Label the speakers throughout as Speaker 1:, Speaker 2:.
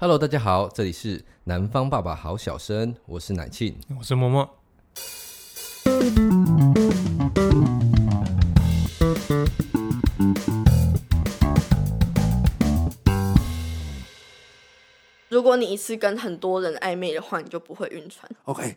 Speaker 1: Hello，大家好，这里是南方爸爸好小生，我是奶庆。
Speaker 2: 我是嬷嬷。
Speaker 3: 如果你一次跟很多人暧昧的话，你就不会晕船。
Speaker 1: OK，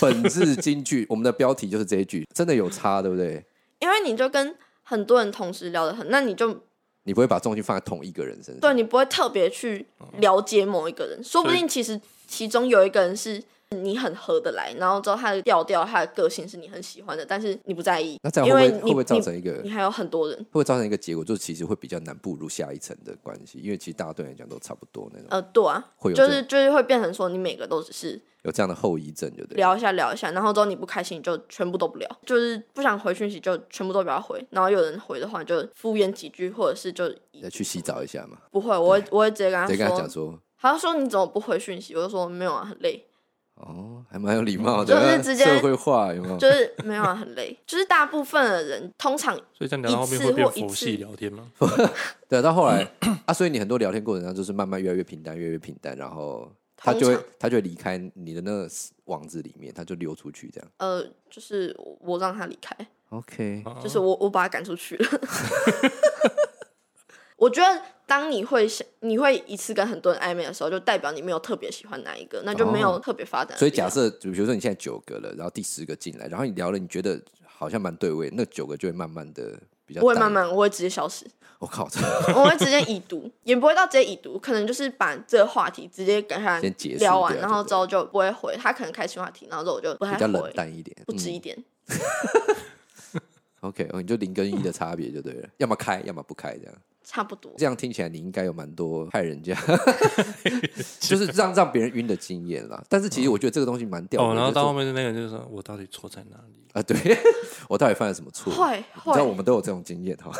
Speaker 1: 本日金句，我们的标题就是这一句，真的有差，对不对？
Speaker 3: 因为你就跟很多人同时聊得很，那你就
Speaker 1: 你不会把重心放在同一个人身上。
Speaker 3: 对你不会特别去了解某一个人，说不定其实其中有一个人是你很合得来，然后之后他的调调、他的个性是你很喜欢的，但是你不在意
Speaker 1: 那这，样
Speaker 3: 因
Speaker 1: 会
Speaker 3: 为
Speaker 1: 不会
Speaker 3: 你
Speaker 1: 会不会造成一
Speaker 3: 你
Speaker 1: 个会
Speaker 3: 你还有很多人，
Speaker 1: 不会造成一个结果，就是其实会比较难步入下一层的关系，因为其实大家对你来讲都差不多那种，
Speaker 3: 呃，对啊
Speaker 1: 会，有
Speaker 3: 就
Speaker 1: 这
Speaker 3: 是就是会变成说你每个都只是
Speaker 1: 有这样的后遗症，对不对？
Speaker 3: 聊一下聊一下，然后之后你不开心你就全部都不聊，就是不想回讯息就全部都不要回，然后有人回的话就敷衍几句，或者是就
Speaker 1: 你再去洗澡一下嘛，
Speaker 3: 不会，我会我会直接跟他
Speaker 1: 再
Speaker 3: 说，
Speaker 1: 跟他讲说，
Speaker 3: 他就说你怎么不回讯息？我就说没有啊，很累，
Speaker 1: 哦，还蛮有礼貌
Speaker 3: 就
Speaker 1: 的，
Speaker 3: 是直接
Speaker 1: 社会化有没有？
Speaker 3: 就是没有啊，很累。就是大部分的人通常
Speaker 2: 所以这样聊到后面
Speaker 3: 一次
Speaker 2: 会变
Speaker 3: 或一
Speaker 2: 佛系
Speaker 3: 次
Speaker 2: 聊天吗？
Speaker 1: 对，到后来
Speaker 2: 嗯
Speaker 1: 啊，所以你很多聊天过程当中，就是慢慢越来越平淡，越来越平淡，然后他就
Speaker 3: 通
Speaker 1: 会
Speaker 3: 常
Speaker 1: 他就会离开你的那个网子里面，他就溜出去这样。
Speaker 3: 呃，就是我让他离开，
Speaker 1: OK，
Speaker 2: 啊
Speaker 3: 就是我我把他赶出去了。 我觉得当你会想你会一次跟很多人暧昧的时候，就代表你没有特别喜欢哪一个，那就没有特别发展的
Speaker 1: 哦
Speaker 3: 地方。
Speaker 1: 所以假设比如说你现在九个了，然后第十个进来，然后你聊了，你觉得好像蛮对味，那九个就会慢慢的比较
Speaker 3: 我会
Speaker 1: 淡
Speaker 3: 慢慢，我会直接消失，
Speaker 1: 我靠，
Speaker 3: 我会直接已读，也不会到直接已读，可能就是把这个话题直接跟他
Speaker 1: 先结束
Speaker 3: 聊完，
Speaker 1: 掉
Speaker 3: 然
Speaker 1: 就
Speaker 3: 后
Speaker 1: 对
Speaker 3: 之后就不会回。他可能开新话题，然后之后我就不
Speaker 1: 比
Speaker 3: 太回，
Speaker 1: 较冷淡一点，
Speaker 3: 不止一
Speaker 1: 嗯
Speaker 3: 点。
Speaker 1: OK，哦，你就零跟一的差别就对了，要么开，要么不开这样。
Speaker 3: 差不多。
Speaker 1: 这样听起来你应该有蛮多害人 家，就是让让别人晕的经验啦。但是其实我觉得这个东西蛮吊诡的。
Speaker 2: 哦，然后
Speaker 1: 就是
Speaker 2: 到后面的那个人就是说我到底错在哪里？
Speaker 1: 啊，对 我到底犯了什么错？你
Speaker 3: 会
Speaker 1: 知道
Speaker 3: 会
Speaker 1: 我们都有这种经验哈，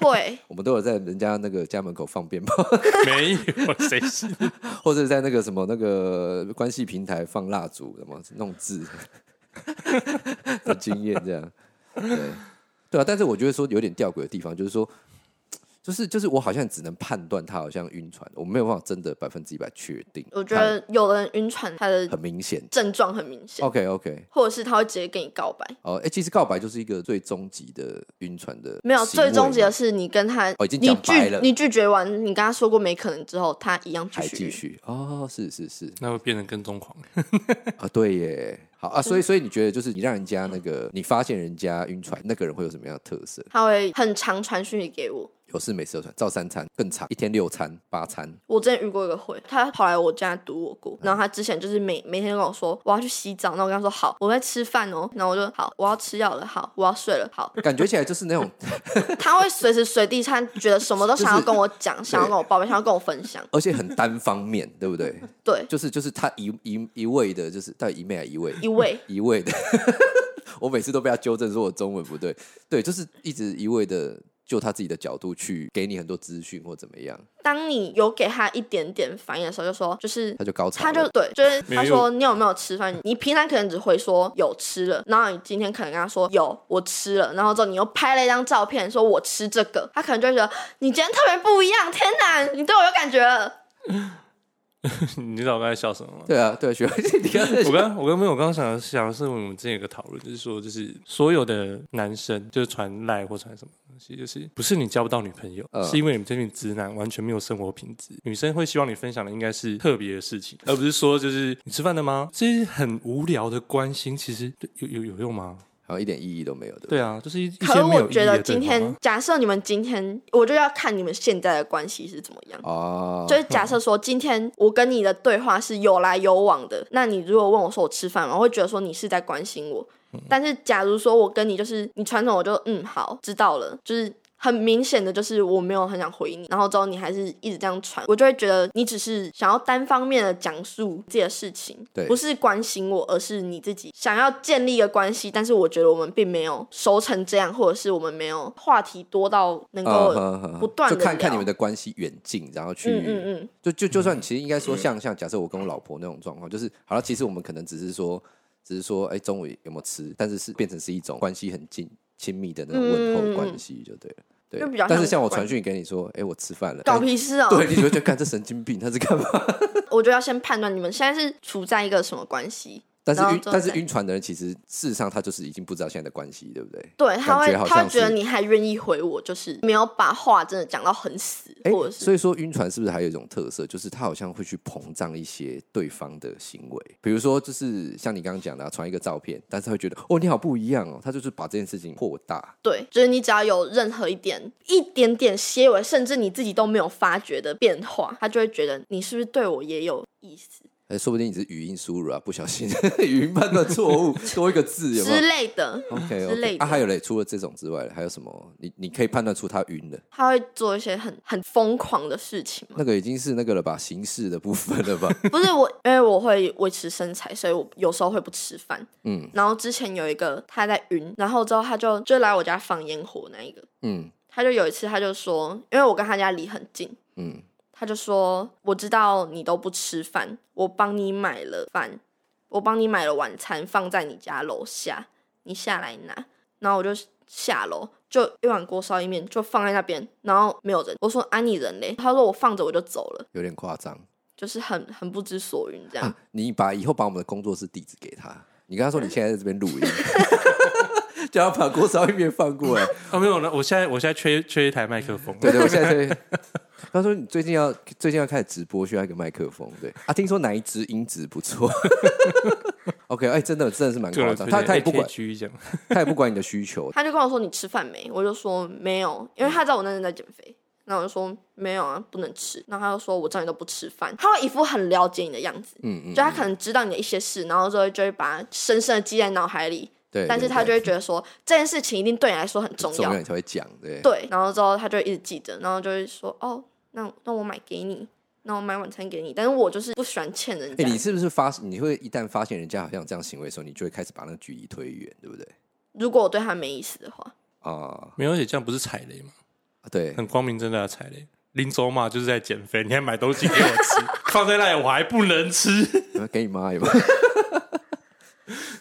Speaker 3: 会，
Speaker 1: 我们都有在人家那个家门口放鞭炮，
Speaker 2: 没有谁信？
Speaker 1: 或者在那个什么那个关系平台放蜡烛，什么弄字 的经验这样。对对啊，但是我觉得说有点吊诡的地方，就是说，就是就是我好像只能判断他好像晕船，我没有办法真的百分之一百确定。
Speaker 3: 我 觉得有的人晕船，他
Speaker 1: 他
Speaker 3: 的
Speaker 1: 很哦明显。
Speaker 3: 症状很明显，
Speaker 1: OK OK，
Speaker 3: 或者是他会直接跟你告白。
Speaker 1: 哦，哎、其实告白就是一个最终极的晕船的行为嘛，
Speaker 3: 没有，最终结的是你跟他，
Speaker 1: 哦已经
Speaker 3: 你
Speaker 1: 讲白
Speaker 3: 拒
Speaker 1: 了
Speaker 3: 你拒绝完，你跟他说过没可能之后，他一样
Speaker 1: 还
Speaker 3: 继
Speaker 1: 继
Speaker 3: 续。
Speaker 1: 续哦，是是是，
Speaker 2: 那会变成跟踪狂。
Speaker 1: 啊，对耶，好啊，所以所以你觉得就是你让人家那个，你发现人家晕船，那个人会有什么样的特色？
Speaker 3: 他会很常传讯息给我。
Speaker 1: 有事没事都传，照三餐更长，一天六餐八餐，
Speaker 3: 我之前遇过一个会，他跑来我家堵我过，然后他之前就是每每天跟我说我要去洗澡，那我跟他说好，我在吃饭哦，然后我就好，我要吃药了，好，我要睡了，好，
Speaker 1: 感觉起来就是那种，
Speaker 3: 他会随时随地，他觉得什么都想要
Speaker 1: 就是
Speaker 3: 跟我讲，想要
Speaker 1: 对
Speaker 3: 跟我报备，想要跟我分享，
Speaker 1: 而且很单方面，对不对？
Speaker 3: 对，
Speaker 1: 就是就是他一一一味的，就是到底一昧还一味
Speaker 3: 一位。
Speaker 1: 一味的， 我每次都被他纠正说我中文不对，对，就是一直一味的就他自己的角度去给你很多资讯或怎么样，
Speaker 3: 当你有给他一点点反应的时候，就说就是
Speaker 1: 他就高潮
Speaker 3: 他就
Speaker 1: 了
Speaker 3: 对，就是
Speaker 2: 没
Speaker 3: 他
Speaker 2: 有
Speaker 3: 说你有没有吃饭？你平常可能只会说有吃了，然后你今天可能跟他说有我吃了，然后之后你又拍了一张照片说我吃这个，他可能就会觉得你今天特别不一样，天哪，你对我有感觉了。
Speaker 2: 你知道我刚才笑什么吗？
Speaker 1: 对啊对啊，学你刚才
Speaker 2: 我刚我刚没有，我刚刚想的想的是我们之前有个讨论，就是说，就是所有的男生就是传赖或传什么东西，就是不是你交不到女朋友，
Speaker 1: 嗯
Speaker 2: 是因为你们这群直男完全没有生活品质。女生会希望你分享的应该是特别的事情，而不是说就是你吃饭了吗？这些很无聊的关心，其实有有有用吗？
Speaker 1: 好像一点意义都没有，对不对
Speaker 2: 对啊，就是一一
Speaker 3: 可
Speaker 2: 些
Speaker 3: 是
Speaker 2: 没有
Speaker 3: 我
Speaker 2: 意义
Speaker 3: 觉得
Speaker 2: 的
Speaker 3: 今
Speaker 2: 对
Speaker 3: 天
Speaker 2: 话吗。
Speaker 3: 假设你们今天，我就要看你们现在的关系是怎么样。
Speaker 1: 哦，
Speaker 3: 就是假设说，今天我跟你的对话是有来有往的，那你如果问我说我吃饭吗，我会觉得说你是在关心我。
Speaker 1: 嗯
Speaker 3: 但是假如说我跟你就是你传统，我就嗯好知道了，就是很明显的就是我没有很想回你，然后之后你还是一直这样传，我就会觉得你只是想要单方面的讲述自己的事情
Speaker 1: 对，
Speaker 3: 不是关心我，而是你自己想要建立一个关系，但是我觉得我们并没有熟成这样，或者是我们没有话题多到能
Speaker 1: 啊
Speaker 3: 够
Speaker 1: 哈哈哈
Speaker 3: 不断
Speaker 1: 就
Speaker 3: 的
Speaker 1: 看看你们的关系远近，然后去、
Speaker 3: 嗯嗯嗯，
Speaker 1: 就就就算其实应该说像像假设我跟我老婆那种状况，就是好了，其实我们可能只是说只是说哎中午有没有吃，但是是变成是一种关系很近亲密的那种问
Speaker 3: 嗯嗯
Speaker 1: 候
Speaker 3: 嗯
Speaker 1: 关系就对了。对
Speaker 3: 就比较，像
Speaker 1: 但是像我传讯给你说，哎，我吃 饭了，
Speaker 3: 搞屁事哦、
Speaker 1: 对，你就会觉得干这神经病，他是干嘛？
Speaker 3: 我就要先判断你们现在是处在一个什么关系。
Speaker 1: 但是
Speaker 3: 然后
Speaker 1: 晕，
Speaker 3: 之后
Speaker 1: 但是
Speaker 3: 再
Speaker 1: 晕船的人其实事实上他就是已经不知道现在的关系，对不对？
Speaker 3: 对，
Speaker 1: 感
Speaker 3: 他会
Speaker 1: 觉好
Speaker 3: 他
Speaker 1: 像
Speaker 3: 会
Speaker 1: 是
Speaker 3: 觉得你还愿意回我，就是没有把话真的讲到很死，
Speaker 1: 哎
Speaker 3: 或者，是
Speaker 1: 所以说晕船是不是还有一种特色，就是他好像会去膨胀一些对方的行为，比如说就是像你刚刚讲的、啊，传一个照片，但是他会觉得哦你好不一样哦，他就是把这件事情扩 大。
Speaker 3: 对，就是你只要有任何一点一点点些微，甚至你自己都没有发觉的变化，他就会觉得你是不是对我也有意思
Speaker 1: 哎，说不定你是语音输入啊，不小心 语音判断错误，多一个字有没
Speaker 3: 之
Speaker 1: 有
Speaker 3: 类的。
Speaker 1: ？OK
Speaker 3: 之
Speaker 1: OK，
Speaker 3: 类的
Speaker 1: 啊，还有嘞，除了这种之外，还有什么？你你可以判断出他晕了，
Speaker 3: 他会做一些很很疯狂的事情嘛？
Speaker 1: 那个已经是那个了吧，形式的部分了 吧？
Speaker 3: 不是我，因为我会维持身材，所以我有时候会不吃饭。
Speaker 1: 嗯
Speaker 3: 然后之前有一个他在晕，然后之后他就就来我家放烟火那一个，
Speaker 1: 嗯
Speaker 3: 他就有一次他就说，因为我跟他家离很近，
Speaker 1: 嗯，
Speaker 3: 他就说我知道你都不吃饭，我帮你买了饭，我帮你买了晚餐放在你家楼下，你下来拿。然后我就下楼，就一碗锅烧意面就放在那边，然后没有人。我说啊你人嘞？他说我放着我就走了，
Speaker 1: 有点夸张。
Speaker 3: 就是很很不知所云这样。
Speaker 1: 啊你把以后把我们的工作室地址给他，你跟他说你现在在这边录音， 叫他把锅烧意面放过来。
Speaker 2: 哦，没有了，我现在我现在缺缺一台麦克风。
Speaker 1: 对对，我现在在。他说你最近要最近要开始直播，需要一个麦克风。对啊，听说哪一支音质不错。OK，哎、真的真的是蛮
Speaker 2: 个
Speaker 1: 夸
Speaker 2: 人
Speaker 1: 张，
Speaker 2: 推
Speaker 1: 他他也不
Speaker 2: 荐
Speaker 1: 管
Speaker 2: AKG 这样，
Speaker 1: 他也不管你的需求，
Speaker 3: 他就跟我说你吃饭没？我就说没有，因为他知道我那阵在减肥。然后我就说没有啊，不能吃。然后他就说我知道你都不吃饭，他会一副很了解你的样子，
Speaker 1: 嗯嗯，
Speaker 3: 就他可能知道你的一些事，然后之后就会把它深深的记在脑海里。
Speaker 1: 对，
Speaker 3: 但是
Speaker 1: 对
Speaker 3: 他就
Speaker 1: 对
Speaker 3: 会觉得说这件事情一定对你来说很重
Speaker 1: 重
Speaker 3: 要
Speaker 1: 要，你才会讲，对
Speaker 3: 对。然后之后他就一直记着，然后就会说哦，那那我买给你，那我买晚餐给你。但是我就是不喜欢欠人
Speaker 1: 哎、
Speaker 3: 家。
Speaker 1: 你是不是发？你会一旦发现人家好像有这样行为的时候，你就会开始把那个距离推远，对不对？
Speaker 3: 如果我对他没意思的话，
Speaker 1: 啊、
Speaker 2: 没有，而且这样不是踩雷吗？
Speaker 1: 对，
Speaker 2: 很光明正大的踩雷。林州嘛，就是在减肥，你还买东西给我吃， 放在那里我还不能吃。
Speaker 1: 给你妈有没有？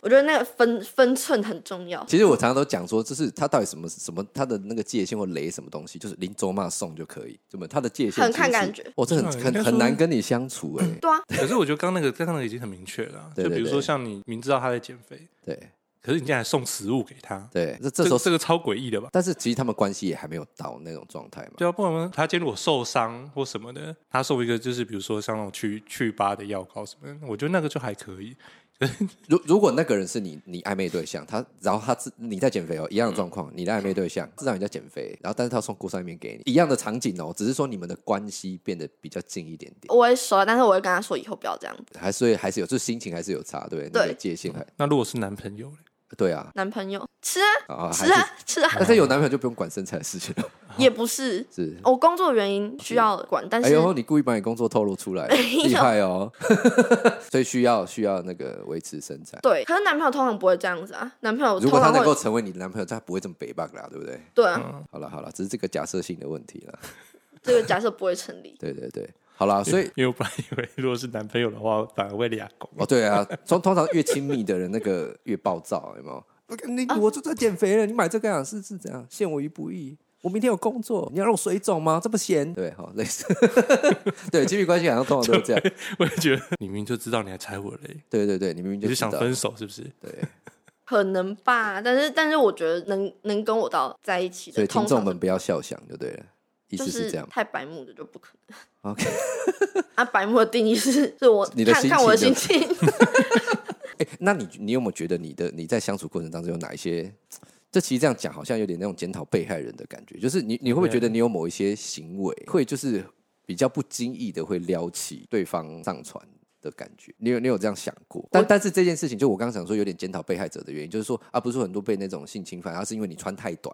Speaker 3: 我觉得那个分分寸很重要。
Speaker 1: 其实我常常都讲说，就是他到底什么什么，他的那个界限或雷什么东西，就是临走骂送就可以，怎么他的界限其实
Speaker 3: 很看
Speaker 1: 是
Speaker 3: 感觉
Speaker 1: 我、这很
Speaker 2: 哦对应该
Speaker 1: 很
Speaker 2: 说
Speaker 1: 很难跟你相处哎、
Speaker 3: 对啊，
Speaker 2: 可是我觉得刚那个刚刚那个已经很明确了啊、
Speaker 1: 对
Speaker 2: 就
Speaker 1: 对
Speaker 2: 比如
Speaker 1: 对
Speaker 2: 说像你明知道他在减肥，
Speaker 1: 对
Speaker 2: 可是你竟然还送食物给他，
Speaker 1: 对，那这时候，
Speaker 2: 这个超诡异的吧？
Speaker 1: 但是其实他们关系也还没有到那种状态嘛。
Speaker 2: 对啊，不然呢他今天如果受伤或什么的，他送一个就是比如说像那种去去疤的药膏什么的，我觉得那个就还可以。
Speaker 1: 如如果那个人是你你暧昧对象，他然后他自你在减肥哦，一样的状况，你的暧昧对象知道你在减肥，然后但是他送锅烧面给你，一样的场景哦，只是说你们的关系变得比较近一点点，
Speaker 3: 我会说，但是我会跟他说以后不要这样。
Speaker 1: 还所以还是有，就是心情还是有差，对不对？那
Speaker 3: 对
Speaker 1: 个界限还
Speaker 2: 那如果是男朋友嘞，
Speaker 1: 对啊
Speaker 3: 男朋友吃啊
Speaker 1: 啊，还
Speaker 3: 吃
Speaker 1: 是。
Speaker 3: 啊吃啊，
Speaker 1: 但是有男朋友就不用管身材的事情了，
Speaker 3: 也不是
Speaker 1: 是
Speaker 3: 我工作原因需要管，但
Speaker 1: 哎
Speaker 3: 是
Speaker 1: 呦，你故意把你工作透露出来，
Speaker 3: 没有
Speaker 1: 厉害哦！ 所以需要需要那个维持身材。
Speaker 3: 对，可是男朋友通常不会这样子啊，男朋友
Speaker 1: 如
Speaker 3: 通
Speaker 1: 果他
Speaker 3: 常
Speaker 1: 能够
Speaker 3: 会
Speaker 1: 成为你的男朋友，他不会这么北霸啦，对不对？
Speaker 3: 对啊，
Speaker 1: 好了好了，只是这个假设性的问题了。
Speaker 3: 这个假设不会成立。
Speaker 1: 对对对，好啦，所以
Speaker 2: 因为我本来以为如果是男朋友的话，反而会俩狗。
Speaker 1: 哦对啊，通通常越亲密的人，那个越暴躁，有没有？我跟
Speaker 3: 啊
Speaker 1: 你我就在减肥了，你买这个啊，是是怎样？陷我于不义。我明天有工作，你要让我水肿吗？这么闲？对，好类似， 对亲密关系好像通常都是这样。
Speaker 2: 我也觉得你 明明就知道你还踩我雷，
Speaker 1: 对对对，你明明
Speaker 2: 你
Speaker 1: 就是知道
Speaker 2: 想分手是不是？
Speaker 1: 对。
Speaker 3: 可能吧，但是但是我觉得能能跟我到在一起
Speaker 1: 所
Speaker 3: 的，
Speaker 1: 以听
Speaker 3: 通
Speaker 1: 众
Speaker 3: 常
Speaker 1: 们不要笑想就对了，意
Speaker 3: 就
Speaker 1: 思是
Speaker 3: 是
Speaker 1: 这样。
Speaker 3: 太白目的就不可能。
Speaker 1: OK，
Speaker 3: 啊，白目的定义是是我
Speaker 1: 你的
Speaker 3: 看
Speaker 1: 心
Speaker 3: 看我的
Speaker 1: 情
Speaker 3: 心
Speaker 1: 的
Speaker 3: 情，
Speaker 1: 哎、那你你有没有觉得你的你在相处过程当中有哪一些？这其实这样讲好像有点那种检讨被害人的感觉，就是你你会不会觉得你有某一些行为会就是比较不经意的会撩起对方上船的感觉？你有你有这样想过？但但是这件事情就我刚刚想说有点检讨被害者的原因，就是说啊，不是很多被那种性侵犯，而、是因为你穿太短。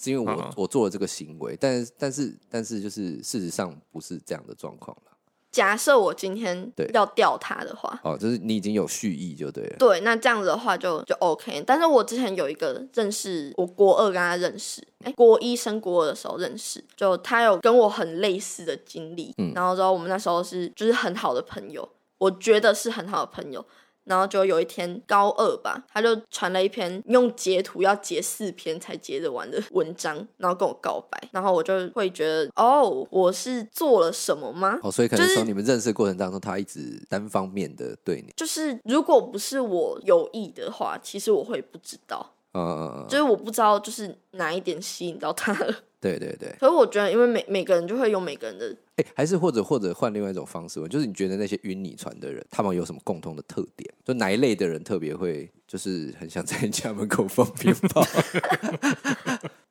Speaker 1: 是因为我、
Speaker 2: 嗯嗯
Speaker 1: 我做了这个行为，但但是但是就是事实上不是这样的状况了。
Speaker 3: 假设我今天
Speaker 1: 对
Speaker 3: 要钓他的话，
Speaker 1: 哦，就是你已经有蓄意就对了。
Speaker 3: 对，那这样子的话就就 OK。但是我之前有一个认识，我国二跟他认识，哎、国一升国二的时候认识，就他有跟我很类似的经历，然后之后我们那时候是就是很好的朋友，我觉得是很好的朋友。然后就有一天高二吧，他就传了一篇用截图要截四篇才截得完的文章，然后跟我告白，然后我就会觉得哦，我是做了什么吗？
Speaker 1: 哦，所以可能
Speaker 3: 就是
Speaker 1: 从你们认识的过程当中，他一直单方面的对你，
Speaker 3: 就是如果不是我有意的话，其实我会不知道，
Speaker 1: 嗯嗯嗯嗯，
Speaker 3: 就是我不知道就是哪一点吸引到他了。
Speaker 1: 对对对，
Speaker 3: 可是我觉得，因为每每个人就会有每个人的，
Speaker 1: 哎，还是或者或者换另外一种方式问，就是你觉得那些晕你船的人，他们有什么共同的特点？就哪一类的人特别会，就是很想在人家门口放鞭炮？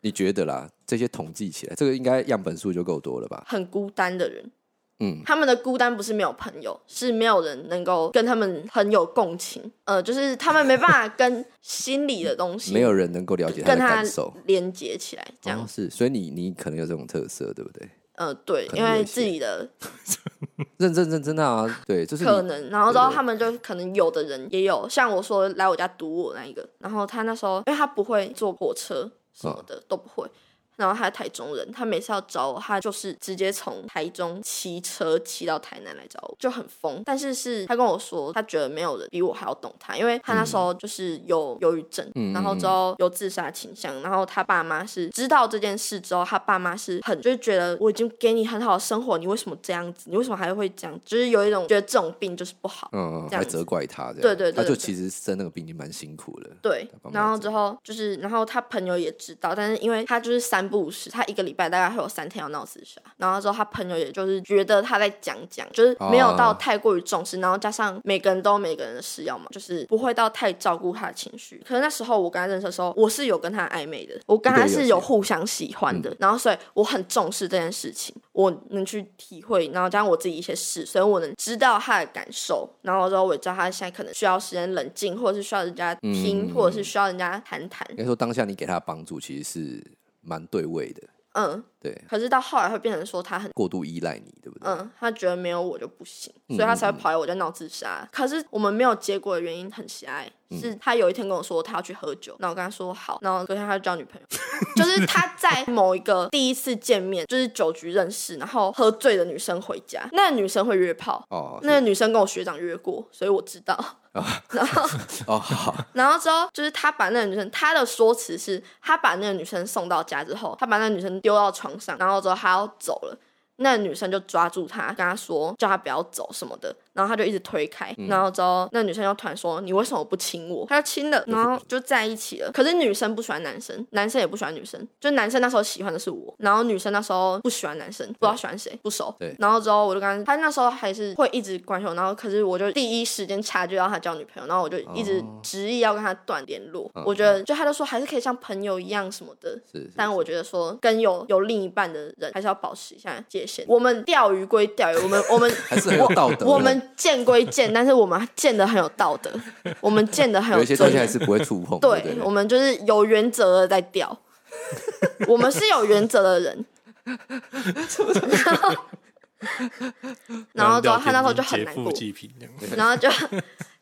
Speaker 1: 你觉得啦？这些统计起来，这个应该样本数就够多了吧？
Speaker 3: 很孤单的人，
Speaker 1: 嗯，
Speaker 3: 他们的孤单不是没有朋友，是没有人能够跟他们很有共情，呃，就是他们没办法跟心里的东 西
Speaker 1: 没有人能够了解他
Speaker 3: 跟
Speaker 1: 的
Speaker 3: 他
Speaker 1: 感受，
Speaker 3: 连接起来，这样，
Speaker 1: 哦是，所以你你可能有这种特色，对不对？
Speaker 3: 呃，对，
Speaker 1: 可能
Speaker 3: 因
Speaker 1: 有
Speaker 3: 为
Speaker 1: 一
Speaker 3: 自
Speaker 1: 些
Speaker 3: 己的
Speaker 1: 认真认真的啊，对，就是
Speaker 3: 可
Speaker 1: 你
Speaker 3: 能，然后之后
Speaker 1: 对
Speaker 3: 他们就可能有的人也有，像我说来我家堵我那一个，然后他那时候因为他不会坐火车什么的、都不会，然后他台中人，他每次要找我，他就是直接从台中骑车骑到台南来找我，就很疯。但是是他跟我说，他觉得没有人比我还要懂他，因为他那时候就是有忧郁症，
Speaker 1: 嗯
Speaker 3: 然后之后有自杀倾向，然后他爸妈是知道这件事之后，他爸妈是很就是觉得我已经给你很好的生活，你为什么这样子？你为什么还会这样？就是有一种觉得这种病就是不好。
Speaker 1: 嗯，嗯
Speaker 3: 这
Speaker 1: 还
Speaker 3: 样子
Speaker 1: 责怪他这样，啊
Speaker 3: 对对对
Speaker 1: 他就
Speaker 3: 对
Speaker 1: 其实生那个病已经蛮辛苦了，
Speaker 3: 对
Speaker 1: 他爸，妈
Speaker 3: 然后
Speaker 1: 也知
Speaker 3: 之后就是，然后他朋友也知道，但是因为他就是三不五时，他一个礼拜大概会有三天要闹自杀，然后之后他朋友也就是觉得他在讲讲，就是没有到
Speaker 1: 啊
Speaker 3: 太过于重视，然后加上每个人都有每个人的事要嘛，就是不会到太照顾他的情绪。可是那时候我跟他认识的时候，我是有跟他暧昧的，我跟
Speaker 1: 对
Speaker 3: 他
Speaker 1: 有啊嗯
Speaker 3: 是
Speaker 1: 些
Speaker 3: 有互相喜欢的，然后所以我很重视这件事情，我能去体会，然后加上我自己一些事，所以我能知道他的感受，然后之后我也知道他现在可能需要时间冷静，或者是需要人家听，
Speaker 1: 嗯
Speaker 3: 或者是需要人家谈谈
Speaker 1: 应，该说当下你给他的帮助其实是蛮对位的，
Speaker 3: 嗯。
Speaker 1: 对，
Speaker 3: 可是到后来会变成说他很。
Speaker 1: 过度依赖你，对不对？
Speaker 3: 嗯，他觉得没有我就不行，所以他
Speaker 1: 嗯
Speaker 3: 才会跑来我家闹自杀。可是我们没有结果的原因很狭隘，是
Speaker 1: 嗯
Speaker 3: 他有一天跟我说他要去喝酒，那我跟他说好，然后隔天他就交女朋友， 就是他在某一个第一次见面，就是酒局认识，然后喝醉的女生回家，那个女生会约炮。
Speaker 1: 哦，
Speaker 3: 那个女生跟我学长约过，所以我知道。
Speaker 1: 哦，好，
Speaker 3: 然后之后就是他把那个女生，他的说辞是，他把那个女生送到家之后，他把那个女生丢到床上，然后之后他要走了，那个女生就抓住他，跟他说叫他不要走什么的，然后他就一直推开，
Speaker 1: 嗯
Speaker 3: 然后之后那女生就突然说你为什么不亲我？他就亲
Speaker 1: 嗯
Speaker 3: 了，然后就在一起了。可是女生不喜欢男生，男生也不喜欢女生，就男生那时候喜欢的是我，然后女生那时候不喜欢男生，不知道喜欢谁，不熟。
Speaker 1: 对
Speaker 3: 然后之后我就跟他，他那时候还是会一直关心我，然后可是我就第一时间察觉到他交女朋友，然后我就一直
Speaker 1: 哦
Speaker 3: 执意要跟他断联络。
Speaker 1: 嗯
Speaker 3: 我觉得就他就说还是可以像朋友一样什么的，
Speaker 1: 是，是
Speaker 3: 但我觉得说跟有有另一半的人还是要保持一下界限。我们钓鱼归钓鱼，我们我们
Speaker 1: 还是很有道德的
Speaker 3: 我们见归见，但是我们见的很有道德，我们见的很
Speaker 1: 有一些东
Speaker 3: 尊
Speaker 1: 西还
Speaker 3: 严。
Speaker 1: 是不会触碰，对不
Speaker 3: 对，我们就是有原则的在 钓，我们是有原则的人。 然后，然后之后他那时候就很难
Speaker 2: 劫
Speaker 3: 过
Speaker 2: 富，济贫这样。
Speaker 3: 然后就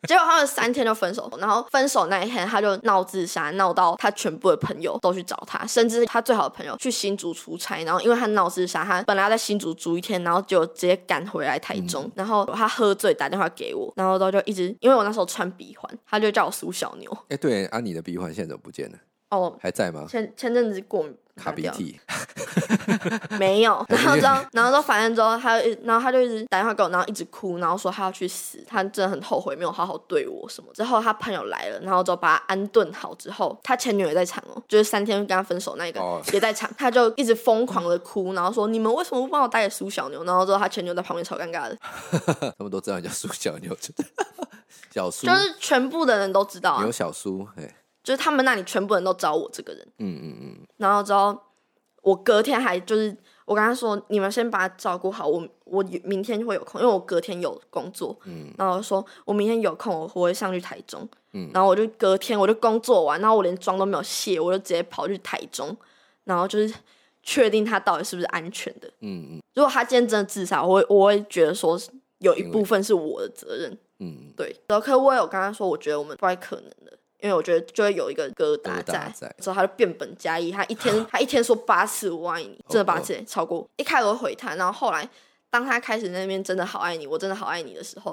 Speaker 3: 结果他们三天就分手，然后分手那一天他就闹自杀，闹到他全部的朋友都去找他，甚至他最好的朋友去新竹出差，然后因为他闹自杀，他本来要在新竹住一天，然后就直接赶回来台中，
Speaker 1: 嗯
Speaker 3: 然后他喝醉打电话给我，然后他就一直因为我那时候穿鼻环，他就叫我苏小牛
Speaker 1: 哎，对，啊，你的鼻环现在怎么不见了？
Speaker 3: 哦。
Speaker 1: 还在吗？
Speaker 3: 前前阵子过敏
Speaker 1: 卡鼻
Speaker 3: 拿掉了
Speaker 1: 涕，
Speaker 3: 没有，然后之后，然后之后，反正之后，他就一，然后他就一直打电话给我，然后一直哭，然后说他要去死，他真的很后悔没有好好对我什么。之后他朋友来了，然后之后把他安顿好之后，他前女友也在场哦，就是三天跟他分手那个、
Speaker 1: 哦
Speaker 3: 也在场，他就一直疯狂的哭，然后说你们为什么不帮我打给苏小牛？然后之后他前女友在旁边超尴尬的，
Speaker 1: 他们都知道你叫苏小牛， 小苏
Speaker 3: 就，是全部的人都知道啊
Speaker 1: 牛，小苏，哎，
Speaker 3: 就是他们那里全部人都找我这个人。
Speaker 1: 嗯嗯嗯，
Speaker 3: 然后之后我隔天还就是我跟他说，你们先把他照顾好，我我明天会有空，因为我隔天有工作，
Speaker 1: 嗯
Speaker 3: 然后我说我明天有空，我我会上去台中，
Speaker 1: 嗯
Speaker 3: 然后我就隔天我就工作完，然后我连妆都没有卸，我就直接跑去台中，然后就是确定他到底是不是安全的。
Speaker 1: 嗯嗯
Speaker 3: 如果他今天真的自杀，我会我会觉得说有一
Speaker 1: 因为
Speaker 3: 部分是我的责任，
Speaker 1: 嗯，
Speaker 3: 对，然后可是我有跟他说，我觉得我们不太可能的，因为我觉得就会有一个疙
Speaker 1: 疙
Speaker 3: 瘩
Speaker 1: 瘩
Speaker 3: 在。
Speaker 1: 在
Speaker 3: 之后他就变本加厉，他一 天他一天说八次我爱你，真的
Speaker 1: 哦
Speaker 3: 八次、超过。一开始我回他，然后后来当他开始那边真的好爱你，我真的好爱你的时候，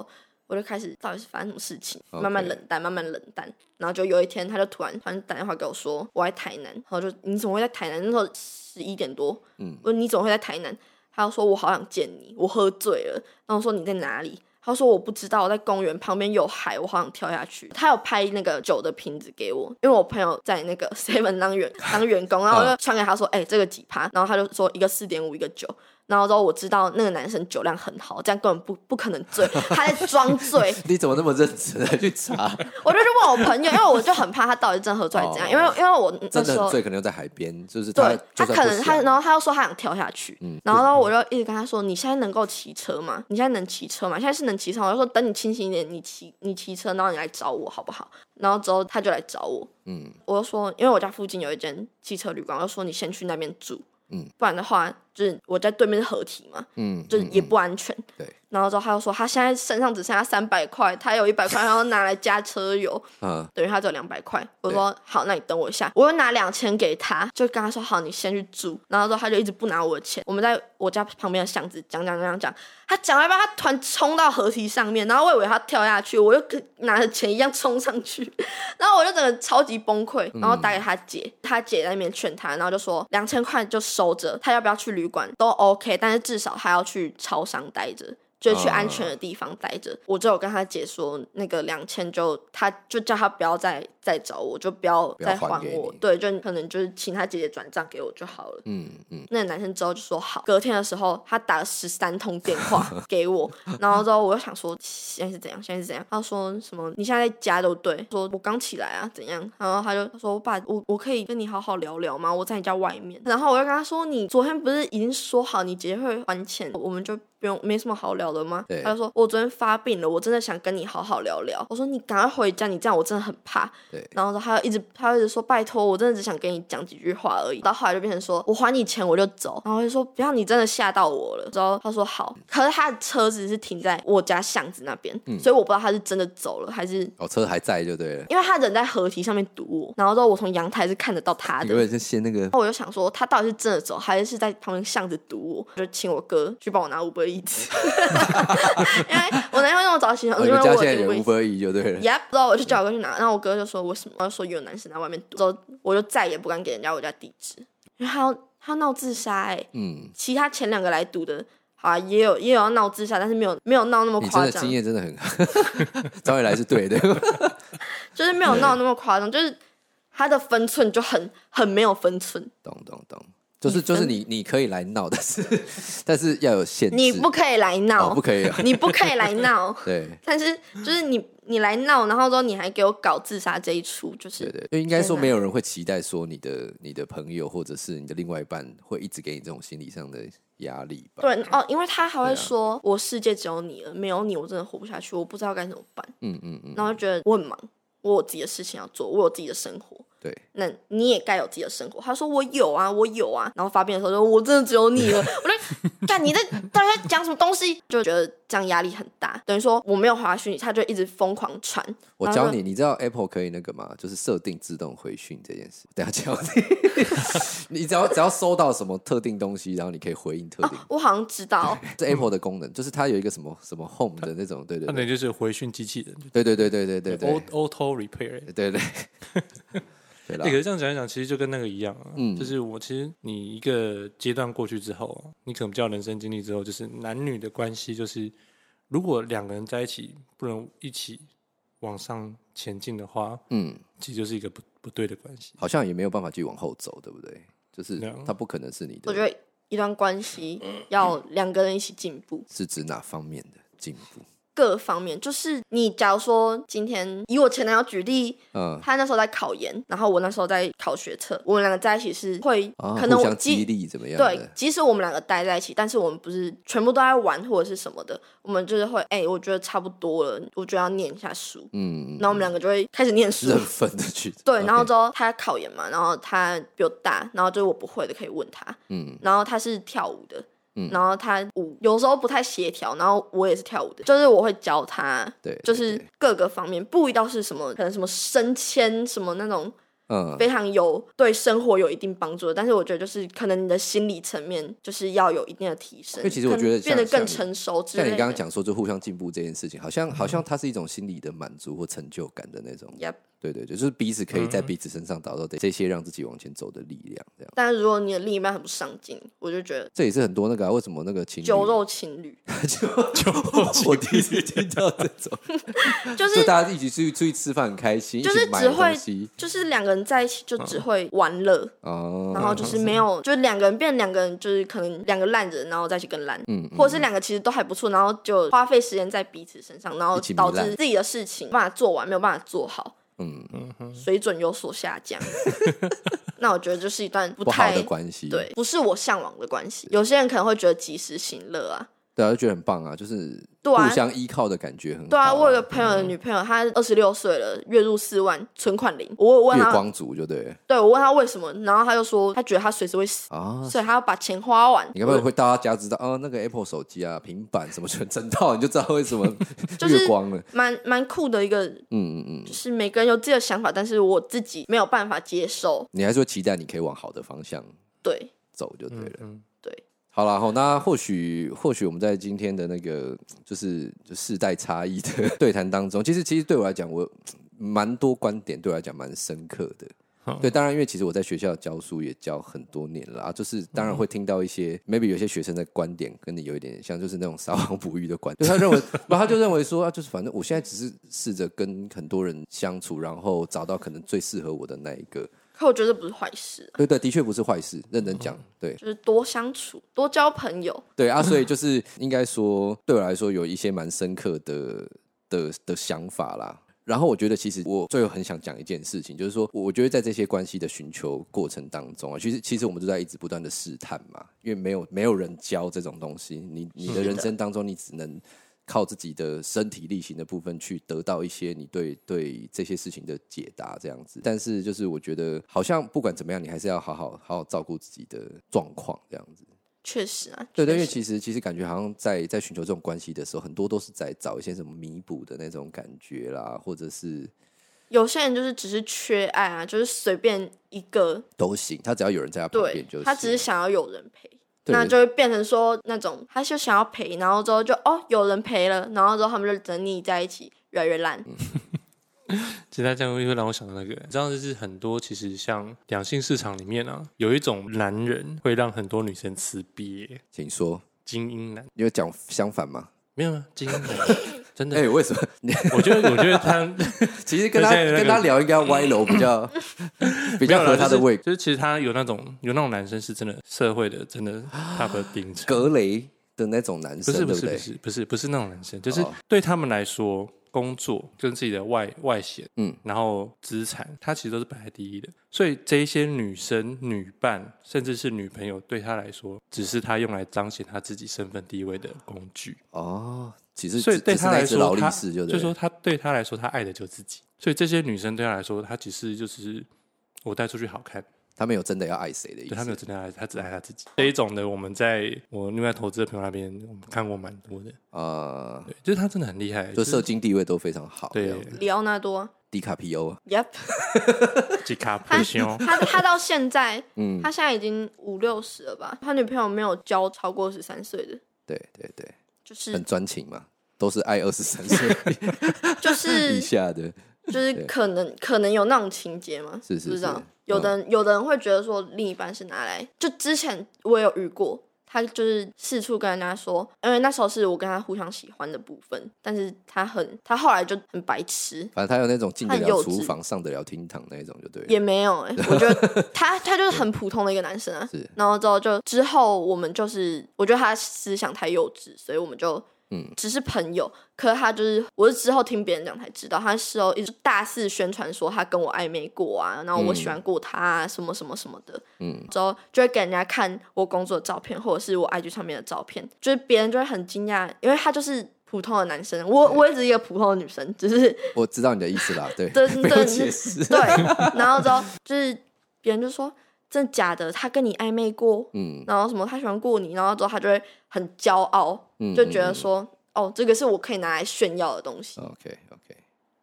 Speaker 3: 我我就开始到底是发生什么事情，
Speaker 1: OK
Speaker 3: 慢慢冷淡，慢慢冷淡。然后就有一天，他就突然突然打电话给我说我在台南，然后就你怎么会在台南？那时候十一点多，
Speaker 1: 嗯，
Speaker 3: 我说你怎么会在台南？他就说我好想见你，我喝醉了。然后我说你在哪里？他说我不知道，我在公园旁边有海，我好想跳下去。他有拍那个酒的瓶子给我，因为我朋友在那个 Seven 当员当员工，然后我
Speaker 1: 嗯
Speaker 3: 就传给他说，哎、这个几趴？然后他就说一个四点五，一个九。然后之后我知道那个男生酒量很好，这样根本不不可能醉，他在装醉。
Speaker 1: 你怎么那么认真的去查？
Speaker 3: 我就去问我朋友，因为我就很怕他到底真喝醉还是怎样，因为因为我那
Speaker 1: 哦真
Speaker 3: 时
Speaker 1: 的
Speaker 3: 候
Speaker 1: 很醉，可能又在海边，就是
Speaker 3: 对
Speaker 1: 就
Speaker 3: 他
Speaker 1: 算
Speaker 3: 可
Speaker 1: 不
Speaker 3: 能
Speaker 1: 想
Speaker 3: 他，然后他又说他想跳下去，
Speaker 1: 嗯
Speaker 3: 然后呢，我就一直跟他说：“你现在能够骑车吗？你现在能骑车吗？现在是能骑车吗？”我就说：“等你清醒一点，你骑你骑车，然后你来找我好不好？”然后之后他就来找我，
Speaker 1: 嗯，
Speaker 3: 我就说：“因为我家附近有一间汽车旅馆，我就说你先去那边住，
Speaker 1: 嗯，
Speaker 3: 不然的话就是我在对面是合体嘛，
Speaker 1: 嗯，
Speaker 3: 就是
Speaker 1: 嗯
Speaker 3: 也不安全。
Speaker 1: 对
Speaker 3: 然后之后他又说他现在身上只剩下三百块，他有一百块，然后拿来加车油，
Speaker 1: 啊，
Speaker 3: 等于他只有两百块。我说好，那你等我一下，我又拿两千给他，就跟他说好，你先去住。然后之后他就一直不拿我的钱。我们在我家旁边的巷子讲讲讲讲，他讲到一半，他突然冲到河堤上面，然后我以为他跳下去，我又跟拿着钱一样冲上去， 然后我就整个超级崩溃，
Speaker 1: 嗯
Speaker 3: 然后打给他姐，他姐在那边劝他，然后就说两千块就收着，他要不要去旅馆都 OK，但是至少他要去超商待着。就是去安全的地方待
Speaker 1: 哦
Speaker 3: 着。我就有跟他姐说，那个两千就他就叫他不要再再找我，就不要
Speaker 1: 要
Speaker 3: 再
Speaker 1: 还
Speaker 3: 还
Speaker 1: 给
Speaker 3: 我
Speaker 1: 你。
Speaker 3: 对，就可能就是请他姐姐转账给我就好了。
Speaker 1: 嗯嗯，
Speaker 3: 那个男生之后就说好，隔天的时候他打了十三通电话给我，然后之后我就想说现在是怎样，现在是怎样？他说什么你现在在家对不对？说我刚起来啊，怎样？然后他就说爸，我我可以跟你好好聊聊吗？我在你家外面。然后我就跟他说你昨天不是已经说好你姐姐会还钱，我们就。不用，没什么好聊的吗
Speaker 1: 对？
Speaker 3: 他就说：“我昨天发病了，我真的想跟你好好聊聊。”我说：“你赶快回家，你这样我真的很怕。”
Speaker 1: 对，
Speaker 3: 然后他一直他一直说拜托，我真的只想跟你讲几句话而已。到后来就变成说我还你钱我就走，然后我就说不要你真的吓到我了。之后他说好，可是他的车子是停在我家巷子那边，
Speaker 1: 嗯
Speaker 3: 所以我不知道他是真的走了还是。
Speaker 1: 哦，车还在就对了，
Speaker 3: 因为他人在河堤上面堵我，然后之后我从阳台是看得到他的，哦
Speaker 1: 有点是先那个
Speaker 3: 然后我就想说，他到底是真的走，还是是在旁边巷子堵我？我就请我哥去帮我拿 Uber Eats，因为我男朋友那么早起床，
Speaker 1: 哦，你
Speaker 3: 因
Speaker 1: 们
Speaker 3: 为我
Speaker 1: 家
Speaker 3: 有
Speaker 1: 现在
Speaker 3: Uber
Speaker 1: 有
Speaker 3: Eats
Speaker 1: Uber E 就对了，
Speaker 3: 呀，然后我就叫我哥去拿，然后我哥就说为什么？我就说有男生在外面堵，之后我就再也不敢给人家我家地址，因为他要他要闹自杀哎、
Speaker 1: 嗯，
Speaker 3: 其他前两个来堵的，好啊，也有也有要闹自杀，但是没有没有闹那么
Speaker 1: 你真
Speaker 3: 夸
Speaker 1: 的
Speaker 3: 张
Speaker 1: 经，验真的很好， 早点来是对的，
Speaker 3: 就是没有闹那么夸张，就是他的分寸就很很没有分寸，
Speaker 1: 懂懂懂，就是就是你你可以来闹，但是但是要有限制，
Speaker 3: 你不可以来闹，
Speaker 1: 哦不可以 啊，，
Speaker 3: 你不可以来闹
Speaker 1: 对，
Speaker 3: 但是就是你你来闹，然后之后你还给我搞自杀这一出，就
Speaker 1: 对
Speaker 3: 是
Speaker 1: 对，因为应该说
Speaker 3: 天哪
Speaker 1: 没有人会期待说你的你的朋友或者是你的另外一半会一直给你这种心理上的压力吧？
Speaker 3: 对哦，因为他还
Speaker 1: 对啊
Speaker 3: 会说、我世界只有你了，没有你我真的活不下去，我不知道该怎么办。
Speaker 1: 嗯嗯嗯，
Speaker 3: 然后就觉得我很忙，我有自己的事情要做，我有自己的生活。
Speaker 1: 对，
Speaker 3: 那你也该有自己的生活。他说我有啊，我有啊。然后发病的时候说，我真的只有你了。我 就干你在到底在讲什么东西？就觉得这样压力很大。等于说我没有回他讯息，他就一直疯狂传。
Speaker 1: 我
Speaker 3: 然后
Speaker 1: 教
Speaker 3: 就
Speaker 1: 你，你知道 Apple 可以那个吗？就是设定自动回讯这件事， 等一下教你。你 只要只要收到什么特定东西，然后你可以回应特定。
Speaker 3: 哦我好像知道，
Speaker 1: 这 Apple 的功能就是它有一个什么什么 Home 的那种，对对
Speaker 2: 那
Speaker 1: 对
Speaker 2: 等于就是回讯机器人，
Speaker 3: 啊
Speaker 1: 对对对对对对对
Speaker 2: a u t o repair。
Speaker 1: 对 对对
Speaker 2: 欸可
Speaker 1: 啦，
Speaker 2: 是这样讲一讲，其实就跟那个一样啊，
Speaker 1: 嗯
Speaker 2: 就是我其实你一个阶段过去之后啊，你可能比较人生经历之后，就是男女的关系，就是如果两个人在一起不能一起往上前进的话，
Speaker 1: 嗯，
Speaker 2: 其实就是一个不不对的关系。
Speaker 1: 好像也没有办法继续往后走，对不对？就是
Speaker 2: 对啊
Speaker 1: 它不可能是你
Speaker 3: 我
Speaker 1: 的
Speaker 3: 觉得一段关系
Speaker 1: 嗯
Speaker 3: 要两个人一起进步。
Speaker 1: 是指哪方面的进步？
Speaker 3: 各方面，就是你假如说今天以我前男友举例，
Speaker 1: 嗯，
Speaker 3: 他那时候在考研，然后我那时候在考学测，我们两个在一起是会，
Speaker 1: 啊，
Speaker 3: 可能
Speaker 1: 互
Speaker 3: 我
Speaker 1: 相激
Speaker 3: 即
Speaker 1: 励怎么样
Speaker 3: 对
Speaker 1: 的？，
Speaker 3: 即使我们两个待在一起，但是我们不是全部都在玩或者是什么的，我们就是会，哎、我觉得差不多了，我觉得要念一下书，
Speaker 1: 嗯，
Speaker 3: 然后我们两个就会开始念书
Speaker 1: 认。分的去。
Speaker 3: 对，然后
Speaker 1: OK，
Speaker 3: 之后他考研嘛，然后他比我大，然后就是我不会的可以问他，
Speaker 1: 嗯，
Speaker 3: 然后他是跳舞的，
Speaker 1: 嗯
Speaker 3: 然后他舞有时候不太协调，然后我也是跳舞的，就是我会教他，
Speaker 1: 对，
Speaker 3: 就
Speaker 1: 对
Speaker 3: 是
Speaker 1: 对
Speaker 3: 各个方面，不一定是什么，可能什么升迁什么那种
Speaker 1: 嗯，
Speaker 3: 非常有对生活有一定帮助的，但是我觉得就是可能你的心理层面就是要有一定的提升，
Speaker 1: 因为其实我觉得
Speaker 3: 可能变得
Speaker 1: 像
Speaker 3: 更成熟之类
Speaker 1: 像
Speaker 3: 的。嗯
Speaker 1: 你刚刚讲说，就互相进步这件事情，好像好像它是一种心理的满足或成就感的那种。
Speaker 3: Yep
Speaker 1: 对对对，就是彼此可以在彼此身上找到的这些让自己往前走的力量，这样。
Speaker 3: 但是如果你的另一半很不上进，我就觉得
Speaker 1: 这也是很多那个、啊、为什么那个情侣
Speaker 3: 酒 肉情侣
Speaker 1: 酒肉，我第一次听到这种，
Speaker 3: 就
Speaker 1: 就是大家一起出去出去吃饭很开心，
Speaker 3: 就是
Speaker 1: 一起买
Speaker 3: 只会
Speaker 1: 东西
Speaker 3: 就是两个人在一起就
Speaker 1: 嗯
Speaker 3: 只会玩乐，
Speaker 1: 哦，
Speaker 3: 然后就是没有，就两个人变两个人，就是可能两个烂人，然后再去更烂，
Speaker 1: 嗯嗯
Speaker 3: 或者是两个其实都还不错，然后就花费时间在彼此身上，然后
Speaker 1: 一起糜
Speaker 3: 导
Speaker 1: 烂
Speaker 3: 致自己的事情没办法做完，没有办法做好，
Speaker 1: 嗯
Speaker 3: 水准有所下 降。那我觉得就是一段不
Speaker 1: 不好
Speaker 3: 太
Speaker 1: 的关系，
Speaker 3: 对，不是我向往的关系。有些人可能会觉得及时行乐啊，
Speaker 1: 对啊，就觉得很棒啊，就是
Speaker 3: 对啊
Speaker 1: 互相依靠的感觉嗯很好、
Speaker 3: 对啊，我有个朋友的女朋友，她二十六岁了，月入四万，存款零。我有问
Speaker 1: 月
Speaker 3: 她，
Speaker 1: 光族就对了
Speaker 3: 对我问她为什么，然后她就说她觉得她随时会死，
Speaker 1: 啊。
Speaker 3: 所以她要把钱花完。
Speaker 1: 你该不会会大家知道哦？那个 Apple 手机啊、平板什么全 整套，你就知道为什么
Speaker 3: 就是
Speaker 1: 月光了。
Speaker 3: 蛮蛮酷的一个，
Speaker 1: 嗯嗯嗯，
Speaker 3: 就是每个人有自己的想法，但是我自己没有办法接受。
Speaker 1: 你还说期待你可以往好的方向
Speaker 3: 对，
Speaker 1: 走就对了。
Speaker 2: 嗯，
Speaker 1: 好啦，好，那或许或许我们在今天的那个就是就世代差异的对谈当中，其实其实对我来讲，我蛮多观点对我来讲蛮深刻的。
Speaker 2: 好
Speaker 1: 对，当然，因为其实我在学校教书也教很多年了啊，就是当然会听到一些、maybe 有些学生的观点跟你有一点像，就是那种撒网捕鱼的观点，就他认为， 然后他就认为说啊，就是反正我现在只是试着跟很多人相处，然后找到可能最适合我的那一个。
Speaker 3: 可我觉得这不是坏事啊，
Speaker 1: 对对，的确不是坏事，认真讲，对。
Speaker 3: 就是多相处，多交朋友。
Speaker 1: 对啊，所以就是应该说，对我来说有一些蛮深刻的的的想法啦。然后我觉得，其实我最后很想讲一件事情，就是说，我觉得在这些关系的寻求过程当中啊，其实其实我们都在一直不断的试探嘛，因为没有没有人教这种东西，你你的人生当中，你只能靠自己的身体力行的部分去得到一些你对对这些事情的解答，这样子。但是就是我觉得，好像不管怎么样，你还是要好好好好照顾自己的状况，这样子。
Speaker 3: 确实啊，
Speaker 1: 对对，因为
Speaker 3: 确实
Speaker 1: 其实其实感觉好像在在寻求这种关系的时候，很多都是在找一些什么弥补的那种感觉啦，或者是
Speaker 3: 有些人就是只是缺爱啊，就是随便一个，
Speaker 1: 都行，他只要有人在他旁边
Speaker 3: 对
Speaker 1: 就行。
Speaker 3: 他只是想要有人陪。
Speaker 1: 对
Speaker 3: 那就会变成说那种，他就想要陪，然后之后就哦有人陪了，然后之后他们就整腻在一起，越来越烂。
Speaker 1: 嗯
Speaker 2: 其实他这样又会让我想到那个，你知道，就是很多其实像两性市场里面啊，有一种男人会让很多女生吃瘪，
Speaker 1: 请说，
Speaker 2: 精英男，
Speaker 1: 你有讲相反 吗？
Speaker 2: 没有吗？精英男，真
Speaker 1: 哎、
Speaker 2: 的，
Speaker 1: 为什么？
Speaker 2: 我觉得，我觉得 他
Speaker 1: 其 实跟他
Speaker 2: 现在那个
Speaker 1: 跟他聊应该要歪楼比 较比较
Speaker 2: 没有
Speaker 1: 合
Speaker 2: 啦
Speaker 1: 他的胃
Speaker 2: 就。是，就是其实他有那种有那种男生是真的社会的真的 top 的顶层，
Speaker 1: 格雷的那种男
Speaker 2: 不
Speaker 1: 生，
Speaker 2: 是不
Speaker 1: 对
Speaker 2: 是不
Speaker 1: 对？
Speaker 2: 是不是不是那种男生，就是
Speaker 1: 哦
Speaker 2: 对他们来说，工作跟自己的外外显，
Speaker 1: 嗯
Speaker 2: 嗯，然后资产，他其实都是摆在第一的。所以这一些女生、女伴，甚至是女朋友，对他来说，只是他用来彰显他自己身份地位的工具。
Speaker 1: 哦，其实
Speaker 2: 所以
Speaker 1: 只
Speaker 2: 对
Speaker 1: 只是
Speaker 2: 他
Speaker 1: 那
Speaker 2: 来
Speaker 1: 一只
Speaker 2: 说，
Speaker 1: 劳
Speaker 2: 他
Speaker 1: 力士就对
Speaker 2: 就
Speaker 1: 了。
Speaker 2: 说他对他来说，他爱的就是自己。所以这些女生对他来说，她只是就是我带出去好看，
Speaker 1: 他没有真的要爱谁的意
Speaker 2: 对他没
Speaker 1: 思
Speaker 2: 有。真的爱，他只爱他自己。这一种的，我们在我另外投资的朋友那边，我们看过蛮多的。
Speaker 1: 啊、
Speaker 2: 对，就是他真的很厉害，
Speaker 1: 就是社经地位都非常好。这样
Speaker 2: 对
Speaker 1: 子，
Speaker 3: 里奥纳多
Speaker 1: 迪卡皮欧啊，
Speaker 3: ，Yep，
Speaker 2: 吉卡
Speaker 3: 他
Speaker 2: 普哦修，
Speaker 3: 他他到现在，
Speaker 1: 嗯
Speaker 3: 他现在已经五六十了吧？他女朋友没有交超过十三岁的，
Speaker 1: 对对对，
Speaker 3: 就
Speaker 1: 很
Speaker 3: 是
Speaker 1: 专情嘛，都是爱二十三 岁
Speaker 3: 就
Speaker 1: 以
Speaker 3: 是
Speaker 1: 下的。
Speaker 3: 就是可能可能有那种情节嘛，
Speaker 1: 是是
Speaker 3: 不知道
Speaker 1: 是。嗯
Speaker 3: 有的人、有的人会觉得说另一半是拿来，就之前我有遇过，他就是四处跟人家说，因为那时候是我跟他互相喜欢的部分，但是他很他后来就很白痴，
Speaker 1: 反正他有那种进得
Speaker 3: 很
Speaker 1: 了
Speaker 3: 幼
Speaker 1: 厨
Speaker 3: 稚
Speaker 1: 房、上得了厅堂那一种，就对了。
Speaker 3: 也没有 哎、我觉得他他就是很普通的一个男生啊
Speaker 1: 是。
Speaker 3: 然后之后就之后我们就是，我觉得他思想太幼稚，所以我们就
Speaker 1: 嗯
Speaker 3: 只是朋友。可是他就是，我是之后听别人讲才知道，他事后一直大肆宣传说他跟我暧昧过啊，然后我喜欢过他啊，什么什么什么的。
Speaker 1: 嗯，
Speaker 3: 之后就会给人家看我工作的照片，或者是我 IG 上面的照片，就是别人就会很惊讶，因为他就是。普通的男生，我我也只是一个普通的女生，只是
Speaker 1: 我知道你的意思啦，对，
Speaker 3: 对
Speaker 1: 没有
Speaker 3: 对
Speaker 1: 解 释。
Speaker 3: 对， 然后之后就是别人就说真的假的，他跟你暧昧过，
Speaker 1: 嗯
Speaker 3: 然后什么他喜欢过你，然后之后他就会很骄傲，
Speaker 1: 嗯，嗯
Speaker 3: 就觉得说、哦，这个是我可以拿来炫耀的东西。
Speaker 1: OK OK，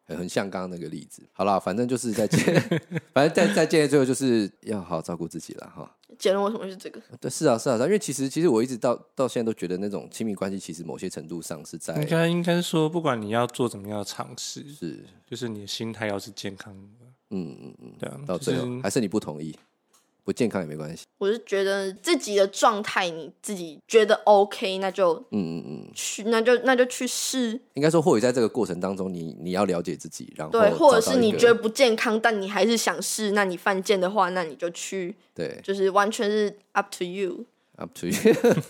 Speaker 1: 呃很像刚刚那个例子。好啦，反正就是在建， 反正在在建业最后就是要好好照顾自己了哈。
Speaker 3: 结论为什么是这个？
Speaker 1: 对，是啊，是啊，是啊因为其实其实我一直到到现在都觉得那种亲密关系，其实某些程度上是在
Speaker 2: 应该应该说，不管你要做怎么样的尝试，
Speaker 1: 是
Speaker 2: 就是你的心态要是健康的，
Speaker 1: 嗯嗯嗯，
Speaker 2: 对啊，
Speaker 1: 到最后、
Speaker 2: 就是
Speaker 1: 还是你不同意，不健康也没关系。
Speaker 3: 我是觉得自己的状态你自己觉得 OK，那就
Speaker 1: 嗯嗯嗯，
Speaker 3: 去，那就那就去试。
Speaker 1: 应该说或许在这个过程当中，你你要了解自己，然后
Speaker 3: 对，或者
Speaker 1: 找到
Speaker 3: 是
Speaker 1: 一
Speaker 3: 你
Speaker 1: 个
Speaker 3: 觉得不健康，但你还是想试，那你犯贱的话，那你就去，
Speaker 1: 对
Speaker 3: 就是完全是 up to you。
Speaker 1: up to you。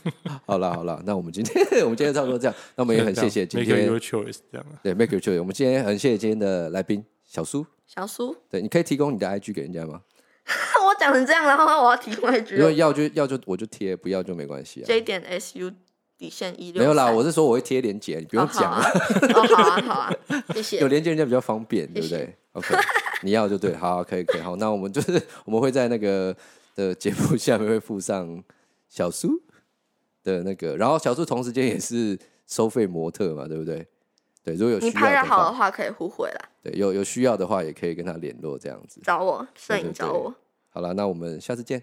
Speaker 1: 好啦好啦，那我们今天 我们今天差不多这样，那我们也
Speaker 2: 啊
Speaker 1: 很谢谢今
Speaker 2: Make
Speaker 1: 天
Speaker 2: your choice 这样啊。
Speaker 1: 对 make your choice。我们今天很谢谢今天的来宾小苏，
Speaker 3: 小苏，
Speaker 1: 对，你可以提供你的 IG 给人家吗？
Speaker 3: 我讲成这样，然后我要提外一
Speaker 1: 如果
Speaker 3: 句
Speaker 1: 要就要就我就贴，不要就没关系啊。
Speaker 3: ，J 点 S U 底线一六。
Speaker 1: 没有啦，我是说我会贴链接，你不
Speaker 3: 不
Speaker 1: 用讲
Speaker 3: 啊
Speaker 1: 了，。
Speaker 3: 哦，好啊，好啊，谢
Speaker 1: 有
Speaker 3: 谢。
Speaker 1: 连接人家比较方便，对不
Speaker 3: 谢
Speaker 1: 对？OK，你 要就对，好，可以，可以，好，那我们就是 我们会在那个的节目下面会附上小苏的那个，然后小苏同时间也是收费模特嘛，对不对？对，如果有
Speaker 3: 你
Speaker 1: 需
Speaker 3: 拍
Speaker 1: 要
Speaker 3: 的
Speaker 1: 的
Speaker 3: 好的
Speaker 1: 话，
Speaker 3: 话，可以互惠啦，
Speaker 1: 对，有有需要的话也可以跟他联络这样子。
Speaker 3: 找我，摄
Speaker 1: 对
Speaker 3: 影
Speaker 1: 对
Speaker 3: 找
Speaker 1: 对
Speaker 3: 我。
Speaker 1: 好了，那我们下次见。